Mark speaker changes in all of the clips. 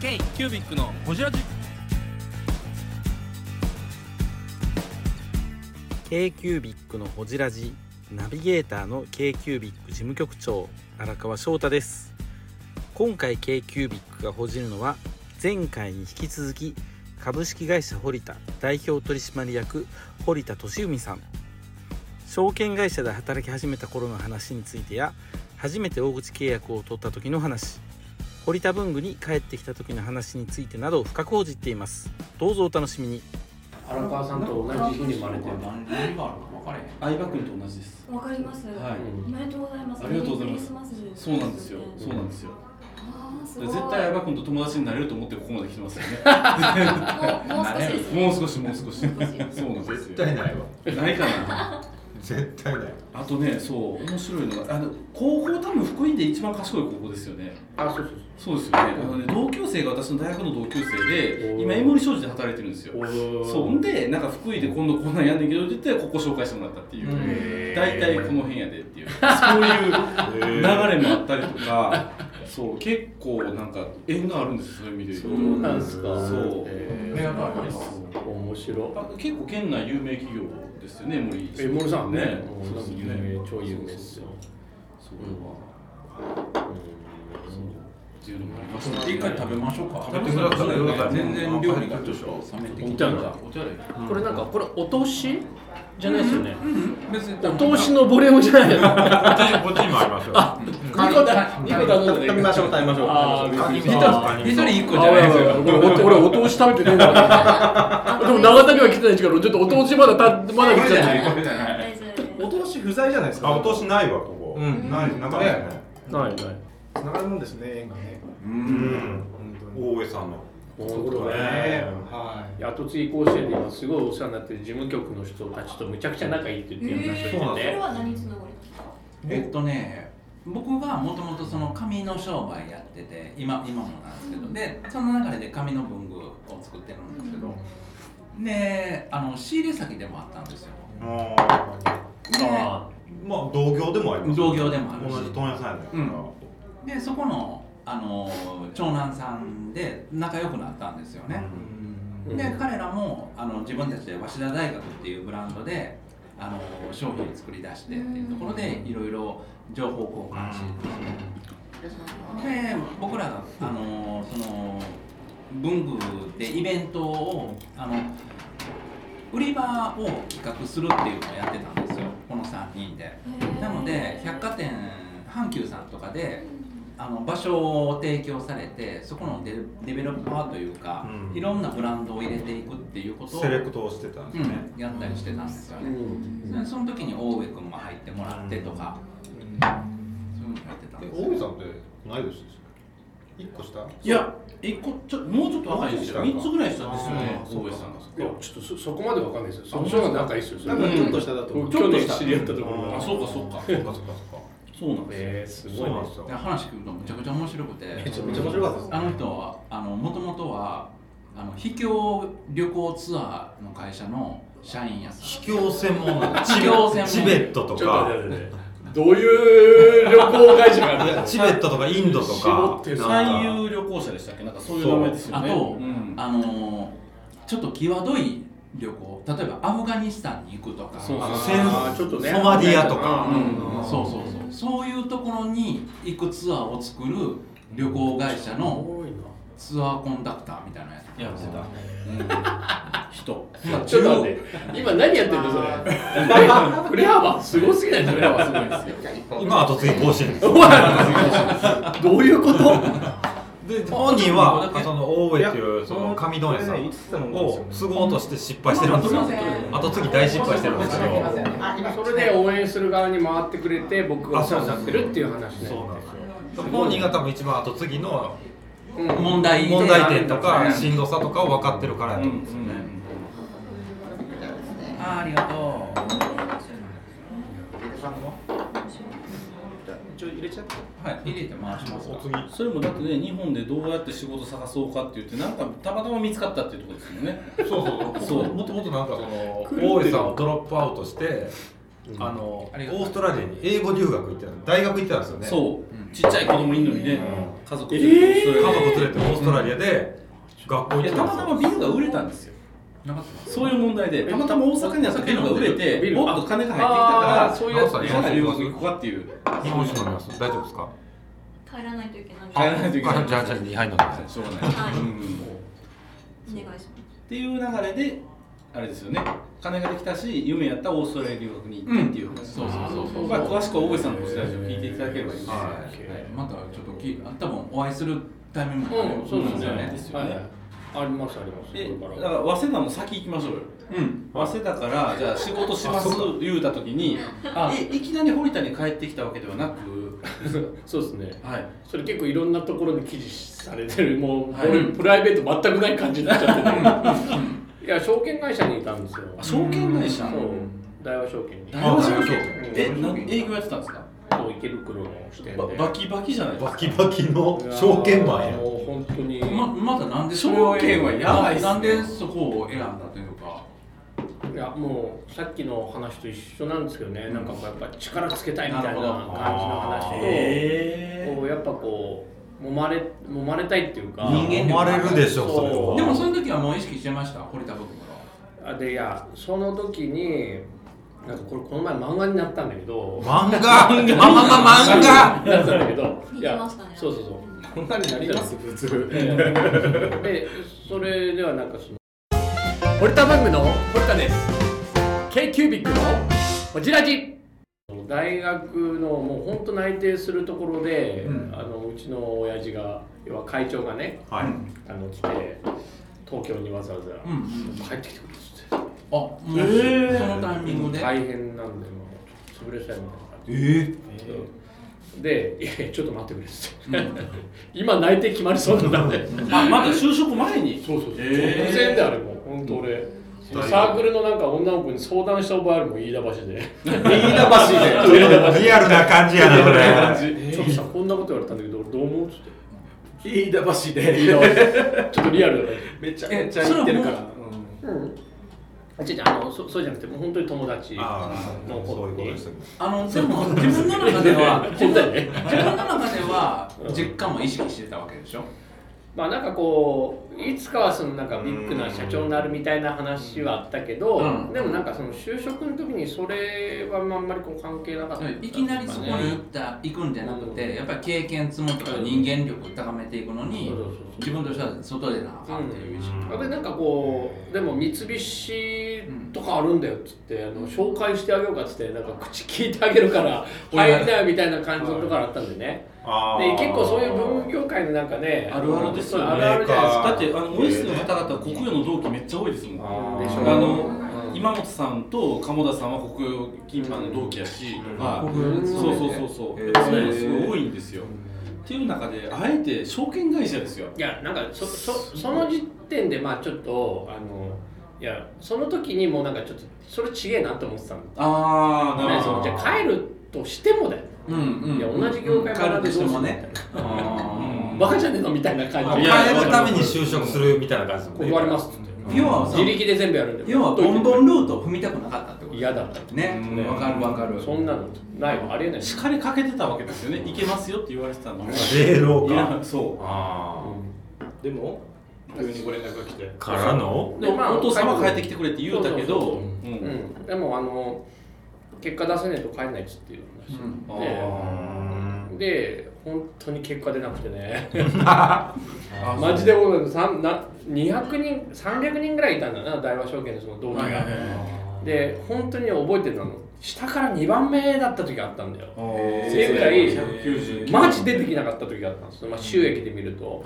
Speaker 1: K キュービックのホジラジ
Speaker 2: k q b i c のほじラジナビゲーターの k q b i c 事務局長荒川翔太です今回 k q b i c がほじるのは前回に引き続き株式会社堀田代表取締役堀田俊文さん証券会社で働き始めた頃の話についてや初めて大口契約を取った時の話堀田文具に帰ってきた時の話についてなどを深く報じっていますどうぞお楽しみに
Speaker 3: 荒川さんと同じ日に生まれてる
Speaker 4: 何理があるか分かれへん
Speaker 5: 相葉君と同じです。
Speaker 6: わかります。
Speaker 5: はい
Speaker 6: おめでとうございます。
Speaker 5: ありがとうございます
Speaker 6: メリークリスマスね
Speaker 5: そうなんですよ。そうなんですよ。
Speaker 6: ああ、すごい。
Speaker 5: 絶対相葉君と友達になれると思ってここまで来てますよね。
Speaker 6: もうもう少し ですね。
Speaker 5: もう少しもう少し。そうなんですよ。
Speaker 4: 絶対ないわ
Speaker 5: ないかな。
Speaker 4: 絶対ない
Speaker 5: あとね、そう面白いのが、あの高校多分福井で一番賢い高校ですよね。
Speaker 3: あそうそう
Speaker 5: そうですよね。あのね同級生が私の大学の同級生
Speaker 3: お
Speaker 5: で、
Speaker 3: ー
Speaker 5: 今江森商事で働いてるんですよ。
Speaker 3: そう
Speaker 5: そうほんでなんか福井で今度こんなんやんねんけどって言ってここ紹介してもらったっていう、
Speaker 3: へー
Speaker 5: 大体この辺やでっていうそういう流れもあったりとかそう結構なんか縁があるんですよそういう意味で
Speaker 3: そ
Speaker 5: 言う
Speaker 3: うなんですか
Speaker 5: そう
Speaker 3: え
Speaker 4: 目が変わります
Speaker 3: ー面白
Speaker 5: と結構県内有名企業ですよね森
Speaker 3: え森さんね
Speaker 5: ね
Speaker 3: うん
Speaker 5: そうですよね
Speaker 3: 超有名ですよ
Speaker 5: そうそう
Speaker 3: うん
Speaker 5: それはそうっていうのもありまし
Speaker 4: 一回食べましょうか
Speaker 5: 食べてくださいよだから全然料理が
Speaker 4: でしょ冷めて
Speaker 3: き
Speaker 4: き
Speaker 3: た
Speaker 4: た
Speaker 3: んだ
Speaker 5: お手洗い
Speaker 3: これなんかこれお通しじゃないですよね
Speaker 4: 別に
Speaker 3: お通しのボリュームじゃないよ
Speaker 7: こっちにもありますよ。
Speaker 3: 2個だ2個頼んでね
Speaker 7: ましょう、食べましょう
Speaker 3: あー
Speaker 7: カニ味噌カニ
Speaker 4: 一
Speaker 7: 味
Speaker 4: 人
Speaker 7: 噌
Speaker 4: 一個じ
Speaker 3: あ
Speaker 4: ゃないです
Speaker 3: やば
Speaker 4: よ
Speaker 3: いやばい俺お俺お通し食べてねえんだからでも長旅は来てないんですけどちょっとお通しまだたまだ来てない
Speaker 4: これじゃない
Speaker 6: 大丈夫です。
Speaker 7: お通し不在じゃないです
Speaker 8: あ、
Speaker 7: か。
Speaker 8: 落としないわ、ここ。
Speaker 7: う、
Speaker 8: うん
Speaker 7: ない、なかなかね。
Speaker 3: ないない
Speaker 7: つながるもんですね、縁がね。
Speaker 4: う
Speaker 8: うんん。大江さんの。
Speaker 3: 本当
Speaker 7: ね
Speaker 3: ね
Speaker 7: はい
Speaker 3: 後継ぎ甲子園で今すごいお世話になってる事務局の人たちとむちゃくちゃ仲いいって言って話をしてて、
Speaker 6: それは何つながりですか。
Speaker 4: えっとね僕がもともとその紙の商売やってて今今もなんですけどでその流れで紙の文具を作ってるんですけどであの仕入れ先でもあったんですよ
Speaker 8: あ
Speaker 4: で
Speaker 3: あ
Speaker 8: ーまあ、同業でもあります。
Speaker 4: 同業でもあるし
Speaker 8: 同じ問屋さんやね
Speaker 4: うんでそこのあの長男さんで仲良くなったんですよね、
Speaker 3: うん
Speaker 4: で彼らもあの自分たちで早稲田大学っていうブランドであの商品を作り出してっていうところでいろいろ情報交換してで僕らがあのその文具でイベントをあの売り場を企画するっていうのをやってたんですよこの3人で。なので百貨店阪急さんとかであの場所を提供されてそこのデデベロッパーというか、
Speaker 8: うん
Speaker 4: いろんなブランドを入れていくっていうことを、
Speaker 8: セレクトをしてたん
Speaker 4: う
Speaker 8: ですね
Speaker 4: ん。やったりしてたんですよ
Speaker 3: う
Speaker 4: ね、
Speaker 3: ん
Speaker 4: でその時に大上君も入ってもらってとか、そういうのやってたんですよ
Speaker 7: 大井さんって、同い年ですよね。一個下。
Speaker 5: いや一個ちょもうちょっと若いですよ
Speaker 7: もうちょっ
Speaker 5: 三
Speaker 7: と下か
Speaker 5: つぐらい下ですよね
Speaker 8: あー
Speaker 5: 大江さんが
Speaker 3: いやちょっとそそこまでわかんないですよそっちの方が仲いいですよそれ
Speaker 7: なんか、ちょっと下だと思う。
Speaker 3: 去年知り合ったところ
Speaker 8: うん
Speaker 5: あそうかそうか
Speaker 8: そうか、そうか、そうか。
Speaker 5: そうなんですよ
Speaker 3: えー、すご
Speaker 8: そう
Speaker 3: い
Speaker 8: なん
Speaker 3: ね
Speaker 8: ですよ
Speaker 4: で。話聞くとむちゃくちゃ面白く
Speaker 3: め
Speaker 4: て
Speaker 3: ちゃ
Speaker 7: め
Speaker 3: め
Speaker 7: っち
Speaker 3: ちゃ
Speaker 7: ゃ面白
Speaker 3: 面白
Speaker 7: か
Speaker 3: か
Speaker 7: っ
Speaker 3: っ
Speaker 7: でね。
Speaker 3: たたですす
Speaker 4: あの人はあのもともとはあの秘境旅行ツアーの会社の社員やさん
Speaker 8: 秘境専門なの。
Speaker 4: 秘境専門
Speaker 8: チベットと
Speaker 3: ちょっと待
Speaker 8: か。
Speaker 3: って待って待って どういう旅行会社があ
Speaker 8: い
Speaker 3: る
Speaker 8: やチベットとかインドと
Speaker 3: 絞
Speaker 8: か
Speaker 3: って。さ
Speaker 5: 最優旅行者でしたっけなんかそういう名前ですよね
Speaker 4: そうあと
Speaker 5: うん
Speaker 4: あのーちょっと際どい旅行例えばアフガニスタンに行くとか
Speaker 5: そう
Speaker 8: あ
Speaker 5: そう
Speaker 8: 戦
Speaker 3: あーちょっとね
Speaker 8: ソマリアとか
Speaker 3: うん
Speaker 4: うんそうそうそうそういうところに行くツアーを作る旅行会社の
Speaker 3: 多いな
Speaker 4: ツアーコンダクターみたいなやつ
Speaker 5: やってた人
Speaker 3: ちょっと待って、今何やってんの それ。フレハバすごすぎないフレハ バすごいですよ。
Speaker 8: 今は突撃更新です。
Speaker 3: どういうこと？
Speaker 8: で、本人は、その大江っていう、その紙問屋さんを継ごうとして失敗してるんですよ。後継ぎ大失敗してるんですけど。
Speaker 3: それで応援する側に回ってくれて僕がお世話になってるっていう話ね。
Speaker 8: そうなんですよ本人が多分一番後継ぎの
Speaker 3: うん
Speaker 4: 問題
Speaker 8: 問題点とか
Speaker 4: ね
Speaker 8: しんどさとかを分かってるからやと思うんですよね、
Speaker 4: あーありがとうはい入れて回しますか
Speaker 5: それもだってね日本でどうやって仕事探そうかって言ってなんかたまたま見つかったっていうところですよね
Speaker 8: そうそうそう
Speaker 5: そう
Speaker 8: もっともっとなんかその大江さんをドロップアウトしてあのオ
Speaker 4: ありがとう
Speaker 8: ーストラリアに英語留学行ってた大学行ってたんですよね
Speaker 5: そう、
Speaker 4: うん
Speaker 5: ちっちゃい子供いんのにね、
Speaker 8: う
Speaker 5: 家族連れて、それ
Speaker 8: 家族連れてオーストラリアで学校行っ
Speaker 5: い
Speaker 8: て
Speaker 5: や
Speaker 8: たんです
Speaker 5: たまた
Speaker 8: よ
Speaker 5: まビルが売れたんですよ
Speaker 4: なかった
Speaker 5: そういう問題でたまたま大阪には酒のが売れ
Speaker 3: ビ
Speaker 5: て
Speaker 3: ル
Speaker 5: もっと金が入ってきたから
Speaker 3: あーそういう
Speaker 8: やつ
Speaker 5: そういかが留学行こうかっていう
Speaker 8: 日本酒飲みます大丈夫ですか
Speaker 6: 帰らないといけない。
Speaker 5: 帰らないといけない
Speaker 8: あじゃあじゃあ2杯飲んでください
Speaker 5: しょうがない、
Speaker 6: はい
Speaker 5: うん
Speaker 6: お願いします。
Speaker 5: っていう流れであれですよね金ができたし夢やったオーストラリア留学に行ってっていう話、
Speaker 4: そうそうそうそう
Speaker 5: まあ、詳しくは大江さんのこちらで聞いていただければいいです、
Speaker 4: はいまたちょっとき多分お会いするタイミング
Speaker 3: うん、そうですよね。
Speaker 5: ですよね
Speaker 3: はいありますあります。
Speaker 5: でだ
Speaker 3: これ
Speaker 5: か
Speaker 3: から
Speaker 5: ら早稲田も先行きましょうよ
Speaker 4: うん
Speaker 5: 早稲田からじゃあ仕事します言うた時に
Speaker 4: あ
Speaker 5: えいきなり堀田に帰ってきたわけではなく
Speaker 3: そうですね。
Speaker 5: はい
Speaker 3: それ結構いろんなところで記事されてる、もう、
Speaker 5: はい
Speaker 3: 俺プライベート全くない感じになっちゃってて。いや、証券会社にいたんですよ。
Speaker 5: あ証券会社
Speaker 3: そう
Speaker 5: の
Speaker 3: 大和証券に。
Speaker 5: 大和証
Speaker 3: 大
Speaker 5: 券え
Speaker 3: 和証券
Speaker 5: なん営業やってたんですか
Speaker 3: そう池袋の支店で。
Speaker 5: ばバキバキじゃないですか
Speaker 8: バキバキの証券マンや
Speaker 3: もう本当に。
Speaker 4: ままだなんで
Speaker 5: 証券はやばいっすね
Speaker 4: なんでそこを選んだというか
Speaker 3: いやもうさっきの話と一緒なんですけどね、なんかこうやっぱ力つけたいみたいな感じ
Speaker 4: なる
Speaker 3: の
Speaker 4: ほど
Speaker 3: 話と、こうやっぱこう揉まれ揉まれたいっていうか
Speaker 4: 人間
Speaker 8: 生まれるでしょ
Speaker 3: そう
Speaker 8: それは
Speaker 4: でもその時はもう意識してました堀田僕から
Speaker 3: あでいやその時になんかこれこの前漫画になったんだけど
Speaker 8: 漫画漫画漫
Speaker 3: な
Speaker 8: 画
Speaker 3: ったんだけど
Speaker 6: 聞
Speaker 3: い
Speaker 6: き
Speaker 3: や
Speaker 6: ましたね。
Speaker 3: そうそうそう
Speaker 6: うん
Speaker 7: こんなになります普通。
Speaker 3: でそれではなんかその
Speaker 7: 堀田番組の
Speaker 3: k q b i c のこちらじ大学のもう本当内定するところで、う
Speaker 8: うん
Speaker 3: あのうちの親父が要は会長がね
Speaker 8: はい
Speaker 3: あの来て東京にわざわざ
Speaker 4: うんうん
Speaker 3: 帰ってきてくれっつって。
Speaker 4: あもう
Speaker 5: えー
Speaker 4: そのタイミングで、
Speaker 3: 大変なんで、もう潰れちゃうみたいな感じ
Speaker 8: えー
Speaker 3: で、いやいやちょっと待ってくれっつって、 今内定決まりそうなんだって、
Speaker 5: あまだ就職前に
Speaker 3: そうそうそう、
Speaker 5: えー
Speaker 3: 偶然であれも、本当俺、サークルのなんか女の子に相談した覚えあるもん、飯田橋で、
Speaker 8: 飯田橋でリアルな感じやなそれ
Speaker 3: ちょっとさ、こんなこと言われたんだけど、俺どう思うっつって、
Speaker 7: 飯田橋で
Speaker 3: 飯田橋ちょっとリアルだから、
Speaker 7: めちゃめちゃ行ってるから。うん
Speaker 3: うん、あ違う違うあのそ、そうじゃなくて、もう本当に友達の
Speaker 8: ああ
Speaker 3: 子
Speaker 8: そういうこと
Speaker 3: に
Speaker 8: で。すね
Speaker 4: あのでも自分の中では自
Speaker 3: 本
Speaker 4: 分
Speaker 3: 当にね
Speaker 4: の中では実感も意識してたわけでしょ
Speaker 3: まあなんかこういつかはそのなんかビッグな社長になるみたいな話はあったけど、
Speaker 4: うん
Speaker 3: でもなんかその就職の時にそれはあんまりこう関係なかった、
Speaker 4: いきなりそこに行った行くんじゃなくてやっぱり経験積むとか人間力を高めていくのに
Speaker 3: そうそうそう
Speaker 4: 自分としては外でなあかんっていう意識
Speaker 3: そうでなんかこうでも三菱とかあるんだよっつってあの紹介してあげようかっつってなんか口聞いてあげるから
Speaker 4: はい
Speaker 3: 入りなよみたいな感じのところあったんでね
Speaker 8: あ
Speaker 3: で
Speaker 8: ー
Speaker 3: 結構そういう文業界のなんかね
Speaker 5: あるあるですよね
Speaker 3: あるあるじゃないですか
Speaker 5: だってあのオイスの方々は国語の同期めっちゃ多いですもん
Speaker 3: でし
Speaker 5: あ
Speaker 3: ょ
Speaker 5: の今本さんと鴨田さんは国用金パンの同期やしとか、
Speaker 4: うん
Speaker 5: そうそうそうそう、
Speaker 8: へ
Speaker 5: え
Speaker 8: ー
Speaker 5: すごい多いんですよ。っていう中であえて証券会社ですよ。
Speaker 3: いやなんかそそその時点でまあちょっとあのいやその時にもうなんかちょっとそれちげえなって思ってたんだ
Speaker 5: ああ
Speaker 3: ねそのじゃあ帰るとしてもだよ、
Speaker 4: うんうん
Speaker 3: いや同じ業界
Speaker 4: 変わ
Speaker 3: 学ん
Speaker 4: ると
Speaker 3: で
Speaker 4: して
Speaker 3: どうす
Speaker 4: も
Speaker 3: る
Speaker 4: ねあ
Speaker 3: バカじゃねえのみたいな
Speaker 8: まあ
Speaker 3: 感
Speaker 8: 変
Speaker 3: じ
Speaker 5: い
Speaker 3: で
Speaker 5: や
Speaker 8: えるために就職するみたいな感じですもんね
Speaker 3: 断りますっつって
Speaker 4: ー要はさ
Speaker 3: 自力で全部やるんだよ
Speaker 4: 要はボンボンルートを踏みたくなかったってこと
Speaker 3: 嫌だった
Speaker 4: ね
Speaker 5: うん
Speaker 4: わかるわかる
Speaker 3: そんなのないわありえない
Speaker 5: しかりかけてたわけですよね。いけますよって言われてたの。い
Speaker 8: 芸能
Speaker 5: や
Speaker 8: か
Speaker 5: そう。
Speaker 8: あ
Speaker 7: でも急にご連絡が来て
Speaker 8: あ。からの
Speaker 5: で、まあ、お父様帰ってき
Speaker 3: て
Speaker 5: てくれって言うたけ
Speaker 3: そう
Speaker 5: ど、
Speaker 3: そううそ
Speaker 5: ん
Speaker 3: うんでもあの結果出せねえと帰んないっつっていう話
Speaker 4: うん
Speaker 5: あ
Speaker 3: で
Speaker 5: ー
Speaker 3: で本当に結果出なくてね
Speaker 5: あ
Speaker 3: マジでもうさんな200人300人ぐらいいたんだな大和証券のその同期が、
Speaker 5: はいはいはい
Speaker 3: で本当に覚えてたの下から2番目だった時があったんだよ
Speaker 5: あー
Speaker 3: っていうぐらい
Speaker 5: 190
Speaker 3: マジ出てきなかった時があったんですよ、まあ、収益で見ると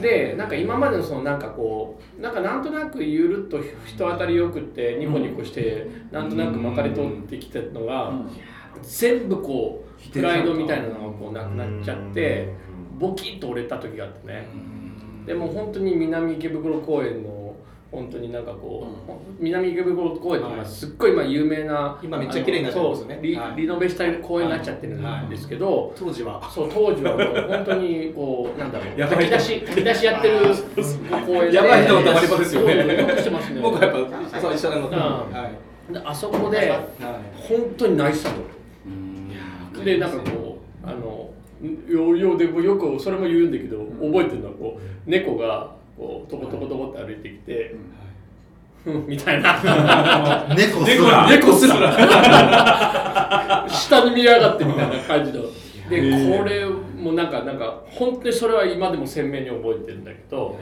Speaker 3: でなんか今までのそのなんかこうなんかなんとなくゆるっと人当たりよくってニコニコしてなんとなくまかり通ってきてたのが
Speaker 4: うん
Speaker 3: 全部こうプライドみたいなのがこうなく
Speaker 8: な
Speaker 3: なっちゃってボキッと折れた時があってねでもう本当に南池袋公園の本当になんかこう、南池袋公園って今すっごい今有名な
Speaker 7: 今めっちゃ綺麗になってますよね
Speaker 3: あのそうリ,、
Speaker 7: はい
Speaker 3: リノベした公園になっちゃってるんですけど、
Speaker 7: 当時は。
Speaker 3: そう当時はもう本当にこうなんだろう
Speaker 5: やばい
Speaker 3: 炊き出し炊き出しやってる公園で
Speaker 7: やばい人のたまり場ですよね
Speaker 3: そうよくしてますね
Speaker 7: 僕はやっぱそう一緒なの。はい。
Speaker 3: であそこで本当に泣いてたの
Speaker 5: うん
Speaker 3: でなんかこうあのよよでもよくそれも言うんだけど、覚えてるのはこう猫がこうトコトコトコって歩いてきて、うんみたいな
Speaker 8: 猫す
Speaker 5: 猫
Speaker 8: ら
Speaker 5: ら
Speaker 3: 猫すら下に見やがってみたいな感じのでこれもなんかなんか本当にそれは今でも鮮明に覚えてるんだけど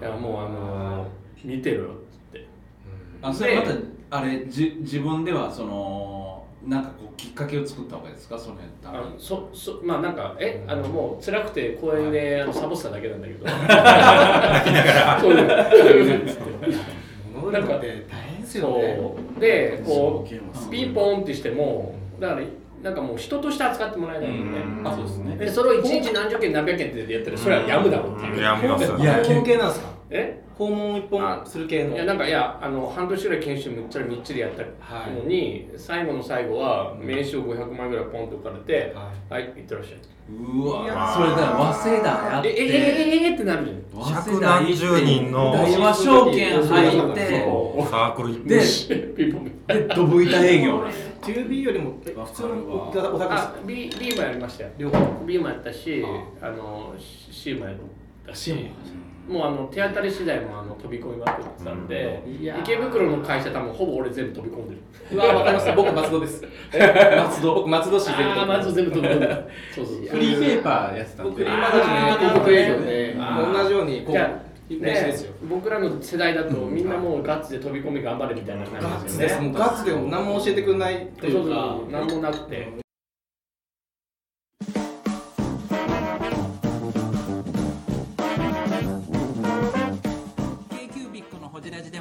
Speaker 3: いやもうあの見てろよって
Speaker 4: あそれまたあれじ自分ではそのなんかこうきっかけを作ったわけですかその辺
Speaker 3: あのそそまあなんかえあのもう辛くて公園であのサボってただけなんだけどそう
Speaker 7: 物売りって大変ですよね
Speaker 3: そうでこ
Speaker 5: そう
Speaker 3: うピンポンってしてもだからなんかもう人として扱ってもらえないよね
Speaker 5: あそうですね
Speaker 3: でそれを一日何十件何百件ってやったらそれはやむだろうっていう
Speaker 8: やめます
Speaker 7: いや系なんですか
Speaker 3: え
Speaker 7: 訪問一本する系の
Speaker 3: いやなんかいやあの半年ぐらい研修むっちゃみっちりやったのに、最後の最後は名刺を500枚ぐらいポンと置かれて
Speaker 7: は
Speaker 3: 「はい、いってらっしゃ
Speaker 4: うわそれだから早稲田やっ
Speaker 3: い」え「
Speaker 4: て
Speaker 3: えええええってなるじゃん
Speaker 4: 早稲田行って
Speaker 8: 170人の
Speaker 4: 大和証券入って
Speaker 7: そ
Speaker 8: サークル行って
Speaker 4: で
Speaker 3: ピンポン
Speaker 4: でドブ板営業
Speaker 7: 2B よりもえ普通のお宅お宅です
Speaker 3: あ B, B もやりましたよ
Speaker 7: 両方
Speaker 3: B もやったしあの C C もやったしもうあの手当たり次第もあの飛び込みまくってたんで、
Speaker 7: うんいやー
Speaker 3: 池袋の会社多分ほぼ俺全部飛び込んでる
Speaker 7: うわわかりました僕松戸 ですえ松戸僕松戸市全部
Speaker 3: ああまず全部飛び込んでるそうそう
Speaker 4: フリーペーパーやってたん
Speaker 7: 僕
Speaker 4: で
Speaker 7: 今だとね広告営業で
Speaker 4: あー
Speaker 7: 同じようにこ
Speaker 3: じゃ
Speaker 7: う
Speaker 3: ね
Speaker 7: 名刺ですよ
Speaker 3: 僕らの世代だとみんなもうガッツで飛び込み頑張れみたいな
Speaker 7: ガ
Speaker 3: 感
Speaker 7: ッ
Speaker 3: じ
Speaker 7: ツ
Speaker 3: で
Speaker 7: ですす
Speaker 3: よね
Speaker 7: もうガッツでも何も教えてくれないと
Speaker 3: そう
Speaker 7: い
Speaker 3: そう
Speaker 7: う
Speaker 3: そう
Speaker 7: か
Speaker 3: なんもなくて
Speaker 9: ケイキュービックのホジラジで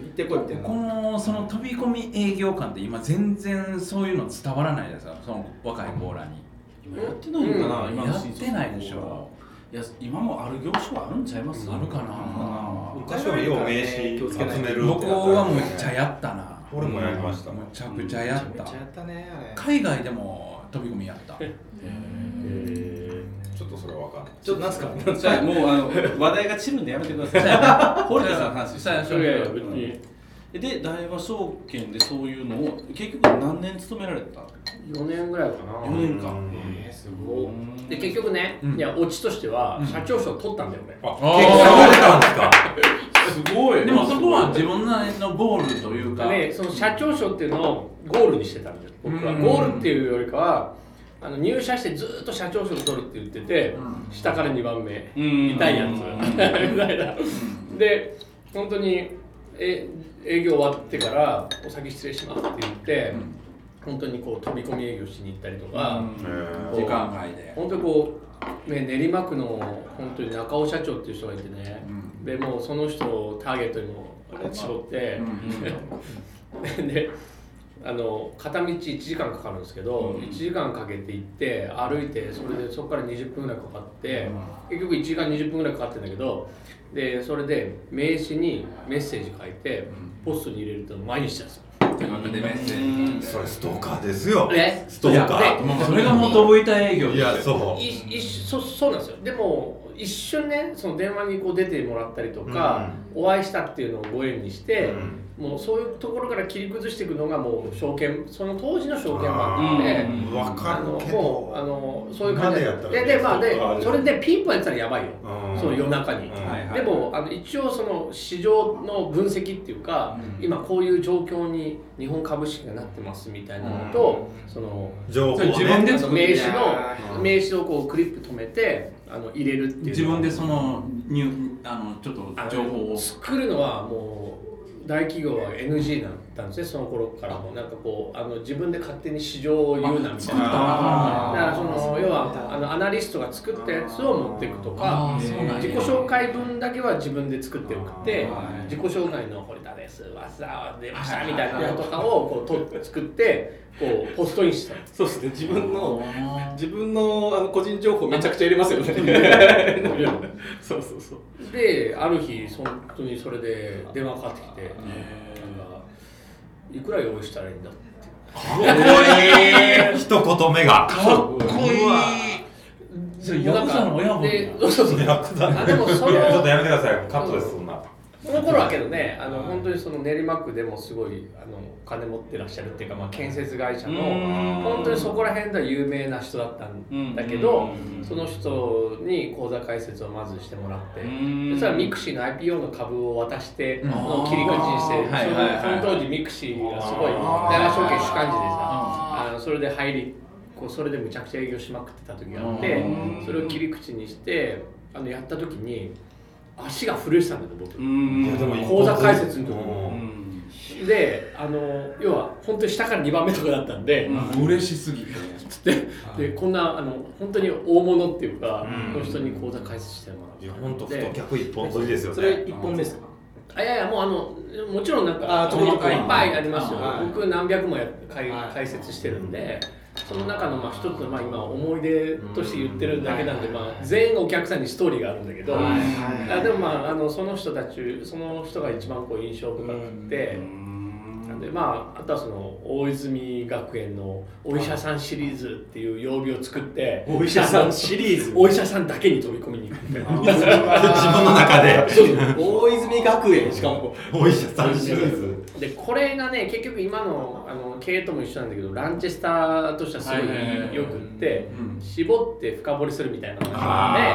Speaker 7: 行ってこいみたいな
Speaker 4: このその飛び込み営業感って今全然そういうの伝わらないですかその若い子らに
Speaker 5: 今やってないのかな、今の
Speaker 4: やっ
Speaker 5: 新卒
Speaker 4: てないでしょ
Speaker 5: いや今もある業種はあるんちゃいます
Speaker 4: あるかな
Speaker 8: 昔はよう名刺集める
Speaker 4: 僕はむっちゃやったな
Speaker 8: 俺もやりました
Speaker 4: むちゃくちゃやっ
Speaker 7: め
Speaker 4: た
Speaker 7: っちゃやったねあれ
Speaker 4: 海外でも飛び込みやった
Speaker 8: ちょっとそれは分かんない
Speaker 7: ちょっとなんすか
Speaker 5: じゃあもうあの話題が散るんでやめてくだ さい。堀田さんの話です
Speaker 4: そうや
Speaker 3: いやいや別に
Speaker 5: で大和証券でそういうのを結局何年勤められた？
Speaker 3: 4年ぐらいかな
Speaker 5: 四年間。
Speaker 7: えーすごい
Speaker 3: で結局ね、
Speaker 4: うん
Speaker 3: いやオチとしては社長賞取ったんだよね、
Speaker 8: あ
Speaker 4: あー
Speaker 8: 結構取れたんですか
Speaker 5: すごい
Speaker 4: でもそこは自分なりのゴールというか、
Speaker 3: でその社長賞っていうのをゴールにしてたんだよ僕は
Speaker 4: うん
Speaker 3: ゴールっていうよりかはあの入社してずーっと社長賞取るって言ってて、
Speaker 4: うん
Speaker 3: 下から2番目
Speaker 5: うん
Speaker 3: 痛いやつみたいな で本当にえ営業終わってから「お先失礼します」って言って、
Speaker 4: うん
Speaker 3: 本当にこう飛び込み営業しに行ったりとか、
Speaker 8: へ
Speaker 4: 時間外で、
Speaker 3: 本当にこう、ね、練馬区の本当に中尾社長っていう人がいてね、
Speaker 4: うん
Speaker 3: でもうその人をターゲットにも絞って、であの片道1時間かかるんですけど、1時間かけて行って歩いてそれでそこから20分ぐらいかかって、結局1時間20分ぐらいかかってんだけどでそれで名刺にメッセージ書いて、ポストに入れるっていうのを毎日したんですよ。
Speaker 4: 手書きでメッセージ
Speaker 8: それストーカーですよ
Speaker 3: ね
Speaker 8: ストーカ
Speaker 3: いや
Speaker 8: ー
Speaker 3: で
Speaker 4: もうそれがもう飛び板営業
Speaker 8: いやそう
Speaker 3: い一そそうなんですよでも一瞬ねその電話にこう出てもらったりとか、お会いしたっていうのをご縁にして、もうそういうところから切り崩していくのがもう証券その当時の証券マンなんで、
Speaker 5: うん
Speaker 8: 分
Speaker 3: あ
Speaker 8: か
Speaker 3: の
Speaker 8: るけ
Speaker 3: も
Speaker 8: ど
Speaker 3: うあのそういう感じ
Speaker 8: 今でやったら
Speaker 3: ででまあで
Speaker 8: そうか
Speaker 3: それでピンポンやってたらやばいよ、
Speaker 8: うん
Speaker 3: その夜中に、
Speaker 8: うん
Speaker 4: はいはい
Speaker 3: でもあの一応その市場の分析っていうか、
Speaker 4: うん
Speaker 3: 今こういう状況に日本株式がなってますみたいなのと、その
Speaker 8: 情報
Speaker 4: それ自分
Speaker 8: ね
Speaker 4: で
Speaker 3: その
Speaker 4: 作
Speaker 3: 名
Speaker 4: って
Speaker 3: 刺
Speaker 7: う
Speaker 3: の名刺をこうクリップ止めてあの入れるっていう
Speaker 4: 自分でその入あのちょっと情報を
Speaker 3: 作るのはもう大企業は NG だったんですねその頃からもなんかこうあの自分で勝手に市場を言うなみたいなだ
Speaker 5: あ
Speaker 3: からその要はあのアナリストが作ったやつを持っていくとか
Speaker 4: あーそうなんや
Speaker 3: 自己紹介文だけは自分で作って送って自己紹介の「堀田です」「わっさ出ました」みたいなのとかをこうと作ってこうポストインしたんです
Speaker 7: そうですね、自分の、自分のあの個人情報めちゃくちゃ入れますよね。 そうそうそう。
Speaker 3: である日その本当にそれで電話かかってきてなんか「いくら用意したらいいんだ」って
Speaker 8: 一言目が
Speaker 3: それヤクザの親分でそうそうそう
Speaker 8: 役だ
Speaker 3: あでもそ
Speaker 8: い
Speaker 3: れ
Speaker 8: やちょっとやめてくださいカットですそんな
Speaker 3: その頃はけどねあの本当にその練馬区でもすごいあの金持ってらっしゃるっていうか、まあ、建設会社の本当にそこら辺では有名な人だったんだけどその人に口座開設をまずしてもらってそしたらミクシーの IPO の株を渡しての切り口にして
Speaker 4: あー
Speaker 3: そ
Speaker 4: はいはいは
Speaker 3: の
Speaker 4: い
Speaker 3: その当時ミクシーがすごい大和証券主幹事でさあのそれで入りこうそれでむちゃくちゃ営業しまくってた時があってそれを切り口にしてあのやった時に足が震えてたんだよね僕。口座開設の時にであの要は本当に下から2番目とかだったんで、
Speaker 5: 嬉しすぎて
Speaker 3: つってでこんなあの本当に大物っていうか、この人に口座開設してもらう
Speaker 8: いや本当太客一本取りですよね
Speaker 7: それ一本目ですか。
Speaker 3: あいやいやもうあのもちろんなんか
Speaker 7: あーちょこちょこ
Speaker 3: いっぱいありますよ、
Speaker 7: はい
Speaker 3: 僕何百もや解
Speaker 7: はい
Speaker 3: 解説してるんでその中のまあ一つのまあ今思い出として言ってるだけなんで、まあ、全員お客さんにストーリーがあるんだけど、あでもまああのその人たちその人が一番こう印象深くて。でまあ、あとはその大泉学園のお医者さんシリーズっていう曜日を作って
Speaker 7: お医者さんシリーズ。
Speaker 3: お医者さんだけに飛び込みに行くみたいな
Speaker 8: 自分の中で
Speaker 3: そうそう
Speaker 7: 大泉学園しかも。
Speaker 8: お医者さんシリーズ
Speaker 3: でこれがね結局今のあの経営とも一緒なんだけどランチェスターとしてはすごいよくって絞って深掘りするみたいな話なので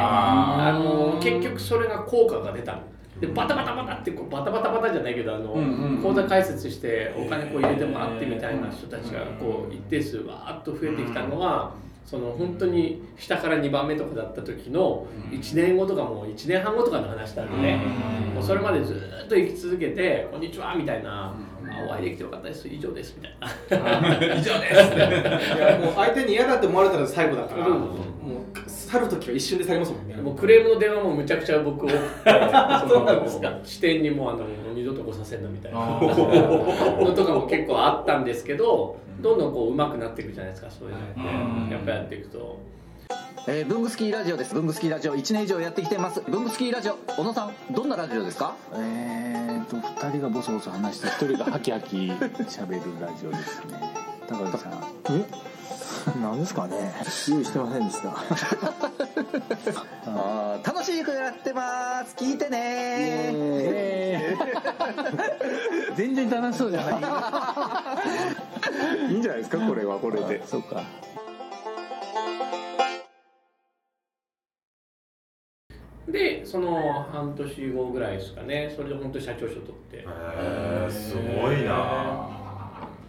Speaker 3: あの結局それが効果が出たのでバタバタバタってこうバタバタバタじゃないけどあの、口座開設してお金こう入れてもらってみたいな人たちがこう一定数わーっと増えてきたのは。その本当に下から2番目とかだった時の1年後とかもう1年半後とかの話なんで、ねもうそれまでずーっと生き続けて「こんにちは」みたいな「あお会いできてよかったです以上です」みたいな
Speaker 7: 以 上です。 いやもう相手に嫌だって思われたら最後だから。
Speaker 3: うん
Speaker 7: もう去るときは一瞬で去りますもんね。
Speaker 3: もうクレームの電話もむちゃくちゃ僕をそう
Speaker 7: なんですか
Speaker 3: 支店にもうあの二度と来させんなみたいなのとかも結構あったんですけどどんどんこう上手くなっていくじゃないですかそういうのって、やっぱやっていくと。
Speaker 10: えー、ブングスキーラジオです。ブングスキーラジオ1年以上やってきてます。ブングスキーラジオ、小野さん、どんなラジオですかえーと、2人がボソボソ話して、1人がハキハキ喋るラジオですね。高橋さん。えなんですかね用意してませんでした。 あー楽しい曲やってます。聞いてね全然楽しそうじゃ ない。いいんじゃないですか、これはこれで。そうか。
Speaker 3: でその半年後ぐらいですかねそれで本当に社長賞取って
Speaker 8: えーすごいな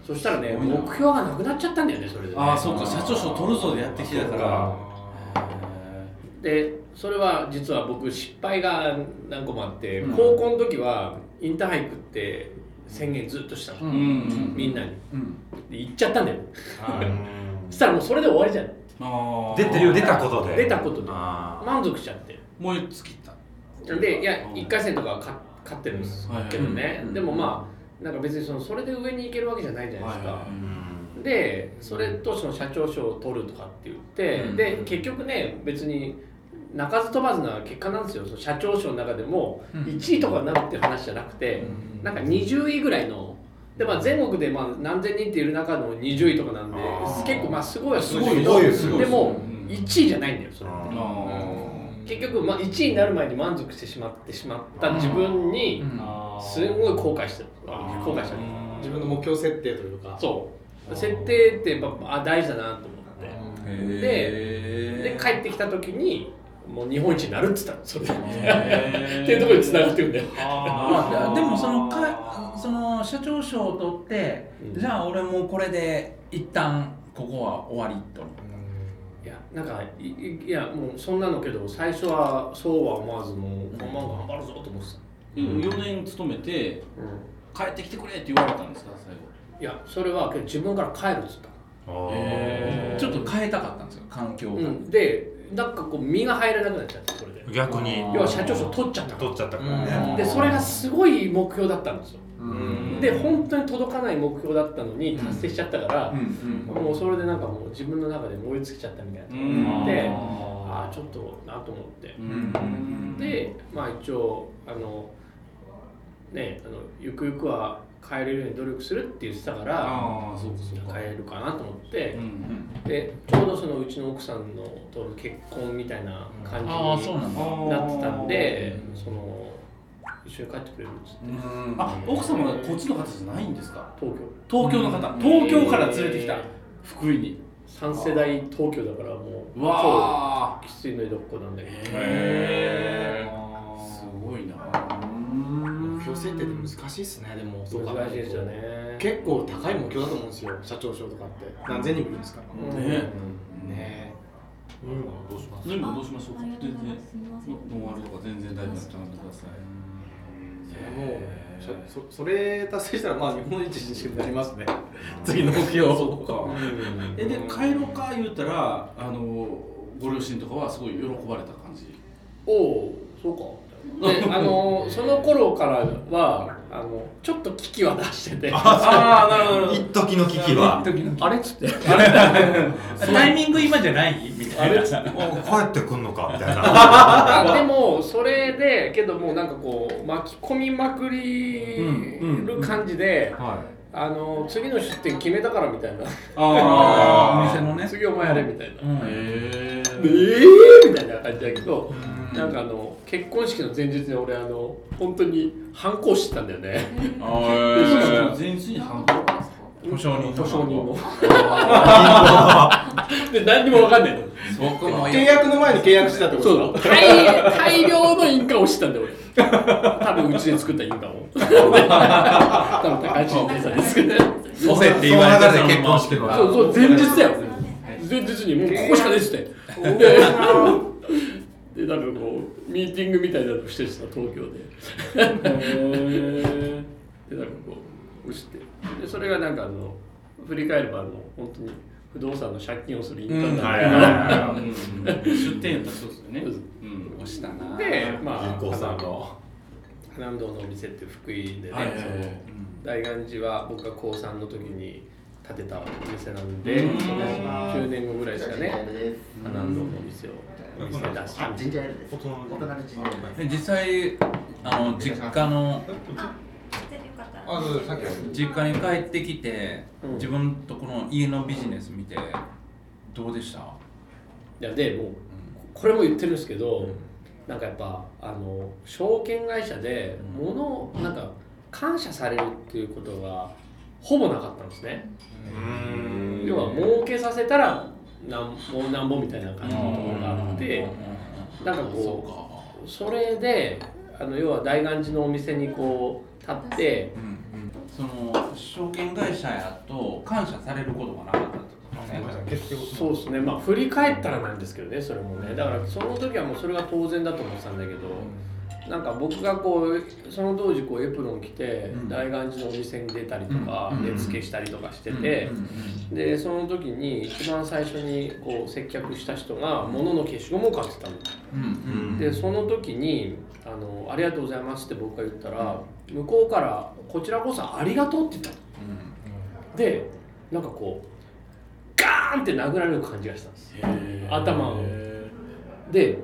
Speaker 3: そしたらね目標がなくなっちゃったんだよねそれでね、
Speaker 4: ああそうか社長賞取るぞでやってきてたから
Speaker 3: でそれは実は僕失敗が何個もあって、高校の時はインターハイ行くって宣言ずっとしたの、みんなに、で行っちゃったんだよそしたらもうそれで終わりじゃん
Speaker 1: あ
Speaker 8: 出てる出たことで
Speaker 3: 出たことで
Speaker 8: あ
Speaker 3: 満足しちゃって
Speaker 1: もう一切った
Speaker 3: でいや1回戦とかは勝勝ってるんです
Speaker 1: はいはい
Speaker 3: けどね、でもまあなんか別にそのそれで上に行けるわけじゃないじゃないですか、
Speaker 1: はいはい
Speaker 3: でそれとその社長賞を取るとかって言って、で結局ね別に鳴かず飛ばずな結果なんですよその社長賞の中でも1位とかになるっていう話じゃなくて、なんか20位ぐらいので、まあ、全国でまあ何千人っている中の20位とかなんで結構まあすごいはすごいけど
Speaker 8: すごいよすごい
Speaker 3: で
Speaker 8: よ
Speaker 3: も1位じゃないんだよそれって。
Speaker 8: ー
Speaker 3: 結局、まあ、1位になる前に満足してしまってしまった自分にすごい後悔してる後悔してる
Speaker 7: 自分の目標設定というか。
Speaker 3: そう設定ってやっぱあ大事だなと思ってでで帰ってきた時にもう日本一になるっつったのそれで っていうところに繋がってるんだよ
Speaker 4: まあでもそのかその社長賞を取って、
Speaker 3: うん
Speaker 4: じゃあ俺もうこれで一旦ここは終わりと思った
Speaker 3: いやなんかいいいやもうそんなのけど最初はそうは思わずもうこんばんは頑張るぞと思って
Speaker 1: で
Speaker 3: た、
Speaker 1: も4年勤めて
Speaker 3: 帰ってきてくれって言われたんですか最後いやそれは自分から帰るっつった
Speaker 4: ちょっと変えたかったんですよ環境が、
Speaker 3: うんでなんかこう身が入らなくなっちゃってそれで
Speaker 4: 逆に
Speaker 3: 要は社長賞取っちゃった取っちゃった
Speaker 4: からね
Speaker 3: でそれがすごい目標だったんですよで本当に届かない目標だったのに達成しちゃったから、もうそれでなんかもう自分の中で燃え尽きちゃったみたいなところがあって、
Speaker 4: うん
Speaker 3: ああちょっとなと思って、でまあ一応あのねあのゆくゆくは変えれるように努力するって言ってたから
Speaker 5: あーそうか
Speaker 3: 変えるかなと思って、でちょうどそのうちの奥さんのと結婚みたいな感じ
Speaker 4: あーそうなんだ
Speaker 3: になってたんで、その一緒に帰ってくれるっつって、
Speaker 1: あ奥様がこっちの方じゃないんですか
Speaker 3: 東
Speaker 1: 東京の方東京から連れてきた、
Speaker 3: 福井に3世代東京だからもう
Speaker 1: うわ
Speaker 3: 超きついの江戸っ子なんだけど
Speaker 1: へすごいな
Speaker 7: 目標設定って難しいですねでもそう考えると
Speaker 3: 難しいですよね
Speaker 7: 結構高い目標だと思うんですよ社長賞とかって何千人もいるんですから
Speaker 1: ね
Speaker 7: うんね
Speaker 5: どうします全部どうしましょうか全然ノンアルとか全然大丈夫なんで頼んでくださ
Speaker 7: もうしゃそそれ達成したらまあ日本一にしかなりますね次の目標
Speaker 5: そっかえで帰ろうか言うたらあのご両親とかはすごい喜ばれた感じ
Speaker 3: おおそう かであのその頃からはあのちょっと危機は出してて
Speaker 8: あ
Speaker 3: ーなるほど
Speaker 8: 一時の危機は
Speaker 3: 一時の危機あれっつって
Speaker 8: そう
Speaker 3: タイミング今じゃないみたいな
Speaker 8: あ帰ってくんのかみたい
Speaker 3: あで
Speaker 8: な
Speaker 3: もそれでけどもうなんかこう巻き込みまくりる感じで、あの次の出店決めたからみたいな
Speaker 4: あーお店のね
Speaker 3: 次お前やれみたいな、
Speaker 4: うん
Speaker 3: で
Speaker 4: へ
Speaker 3: えーみたいな感じだけど、なんかあの結婚式の前日に俺あの本当に反抗してたんだよね
Speaker 5: あー前日に反抗
Speaker 3: 保証人保証人も
Speaker 5: あ
Speaker 3: で何にも分かんないの
Speaker 7: 契約の前に契約してたってこ
Speaker 3: そう
Speaker 7: と
Speaker 3: だ大大量の印鑑をしてたんだよ俺多分うちで作った印鑑 を多分高橋英さんですけど
Speaker 8: 押せって言われてたのに結婚式の
Speaker 3: そうそう前日だよ前日にもうここしかねえっつって ででなんかこうミーティングみたいなのしてた東京ででなんかこう押してでそれがなんかあの振り返ればあの本当に不動産の借金をする印鑑だった
Speaker 5: 出店やったらそうですよねうん
Speaker 3: 押した
Speaker 5: な
Speaker 3: で、まあ、
Speaker 5: 銀行さん
Speaker 3: の花見堂のお店って福井でね、
Speaker 5: はいはいはい
Speaker 3: その大願寺は僕が高3の時に建てたお店なんで、
Speaker 7: うん
Speaker 3: 10年後ぐらいですかね
Speaker 7: う、ん
Speaker 3: 花見堂のお店を、お店出して、
Speaker 4: ジンジャーエール
Speaker 3: で
Speaker 4: 大人のジンジャーエール実際あの実家の
Speaker 6: あそうですさっきの
Speaker 4: 実家に帰ってきて、自分のところの家のビジネス見てどうでした
Speaker 3: いやでもうこれも言ってるんですけど、なんかやっぱあの証券会社で物をなんか感謝されるっていうことがほぼなかったんですね。要は儲けさせたらなんもうなんぼみたいな感じのところがあってなんかこうそれであの要は大願寺のお店にこう立って
Speaker 4: その証券会社やと感謝されることがなかったってことね
Speaker 3: そうですねまあ振り返ったらなんですけどねそれもねだからその時はもうそれが当然だと思ってたんだけど、なんか僕がこうその当時こうエプロン着て大願寺のお店に出たりとか
Speaker 4: うん
Speaker 3: 値付けしたりとかしててでその時に一番最初にこう接客した人が物の消しゴムを買ってたの。
Speaker 4: うん
Speaker 3: でその時にあの「ありがとうございます」って僕が言ったら向こうから「こちらこそありがとう」って言ったのでなんかこうガーンって殴られる感じがしたんです頭をで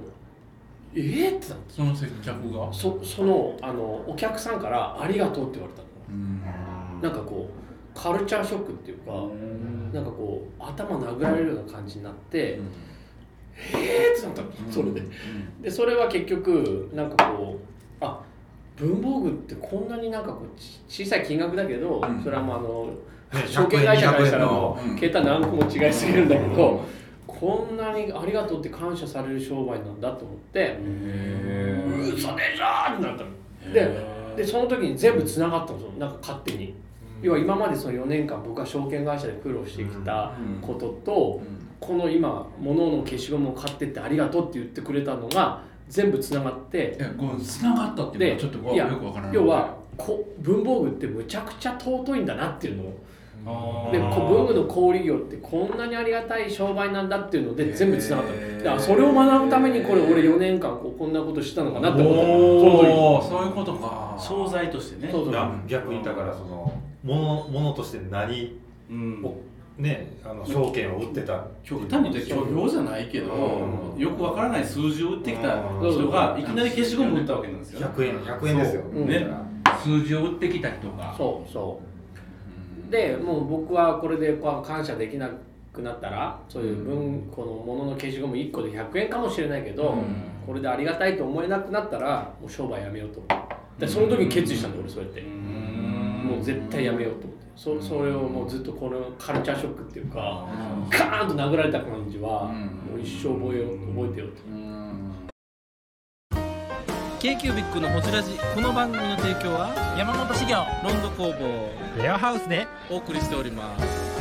Speaker 3: えー、ってなった
Speaker 4: その接客が
Speaker 3: そそのあのお客さんから「ありがとう」って言われたのなんかこうカルチャーショックっていうかなんかこう頭殴られるような感じになって、えーってなったのそれで、でそれは結局なんかこうあ文房具ってこんなになんかこうち小さい金額だけど、それはもうあの、
Speaker 8: ね
Speaker 3: 証券会社からしたらも
Speaker 8: 100円
Speaker 3: う桁何個も違いすぎるんだけど、こんなにありがとうって感謝される商売なんだと思って嘘でしょってなったのででその時に全部つながったのそのなんか勝手に要は今までその4年間僕が証券会社で苦労してきたことと、この今物の消しゴムを買ってってありがとうって言ってくれたのが全部つながって
Speaker 4: つながったっていうのはちょっとよくわからない
Speaker 3: 要はこ文房具ってむちゃくちゃ尊いんだなっていうのをでこ文具の小売業ってこんなにありがたい商売なんだっていうので全部つながったのだからそれを学ぶためにこれ俺4年間こうこんなことしてたのかなって思った
Speaker 8: おー
Speaker 3: その時
Speaker 8: そういうことか商材としてね
Speaker 3: そうそう
Speaker 8: 逆にだからそのものものとして何をねあの証券を売ってた
Speaker 5: 極端に言って虚業じゃないけど、よくわからない数字を打ってきた
Speaker 8: うん
Speaker 5: 人がいきなり消しゴム打ったわけなんですよね
Speaker 8: 100円100円ですよ
Speaker 5: そうね、
Speaker 4: 数字を打ってきた人が
Speaker 3: そうそうでもう僕はこれでこう感謝できなくなったらそういう文このものの消しゴム1個で100円かもしれないけど、これでありがたいと思えなくなったらもう商売やめようとでその時に決意したんだ俺そうやってもう絶対やめようと思ってそそれをもうずっとこのカルチャーショックっていうかカーンと殴られた感じはもう一生覚えよう覚えてようと
Speaker 2: k q b i c のホジラジこの番組の提供は山本資源ロンド工房
Speaker 11: レアハウスで
Speaker 2: お送りしております